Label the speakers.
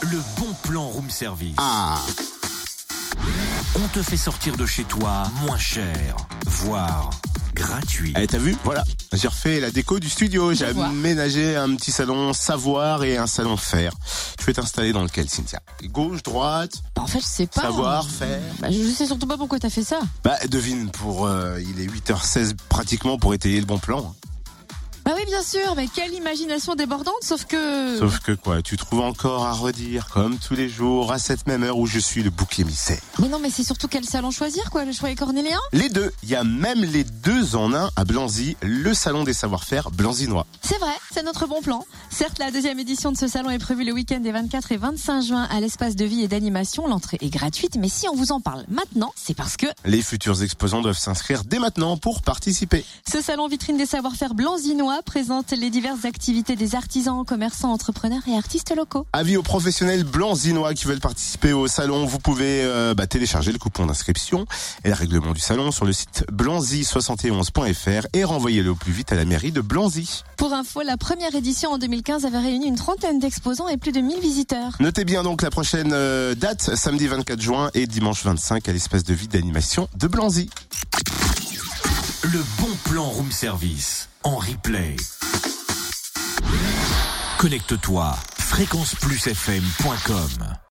Speaker 1: Le bon plan room service.
Speaker 2: Ah,
Speaker 1: On te fait sortir de chez toi moins cher, voire gratuit.
Speaker 2: eh, t'as vu Voilà, j'ai refait la déco du studio. J'ai
Speaker 3: Savoir.
Speaker 2: aménagé un petit salon savoir et un salon faire. Tu veux t'installer dans lequel, Cynthia Gauche, droite,
Speaker 3: Bah, en fait, je sais pas.
Speaker 2: savoir, faire
Speaker 3: Bah, je sais surtout pas pourquoi t'as fait ça.
Speaker 2: Bah, devine, pour euh, il est 8h16 pratiquement pour étayer le bon plan.
Speaker 3: Bah oui, bien sûr, mais quelle imagination débordante, sauf que.
Speaker 2: Sauf que quoi, tu trouves encore à redire, comme tous les jours, à cette même heure où je suis le bouc émissaire.
Speaker 3: Mais non, mais c'est surtout quel salon choisir, quoi, le choix est cornélien
Speaker 2: Les deux, il y a même les deux en un à Blanzy, le salon des savoir-faire blanzinois.
Speaker 3: C'est vrai, c'est notre bon plan. Certes, la deuxième édition de ce salon est prévue le week-end des 24 et 25 juin à l'espace de vie et d'animation. L'entrée est gratuite, mais si on vous en parle maintenant, c'est parce que
Speaker 2: Les futurs exposants doivent s'inscrire dès maintenant pour participer.
Speaker 3: ce salon vitrine des savoir-faire blanzinois présente les diverses activités des artisans, commerçants, entrepreneurs et artistes locaux.
Speaker 2: Avis aux professionnels blanzinois qui veulent participer au salon, vous pouvez euh, bah, télécharger le coupon d'inscription et le règlement du salon sur le site blanzy71.fr et renvoyer le au plus vite à la mairie de Blanzy.
Speaker 3: Pour info, la première édition en 2015 avait réuni une trentaine d'exposants et plus de 1000 visiteurs.
Speaker 2: Notez bien donc la prochaine euh, date, samedi 24 juin et dimanche 25 à l'espace de vie d'animation de Blanzy.
Speaker 1: Le bon plan room service en replay. Connecte-toi fréquenceplusfm.com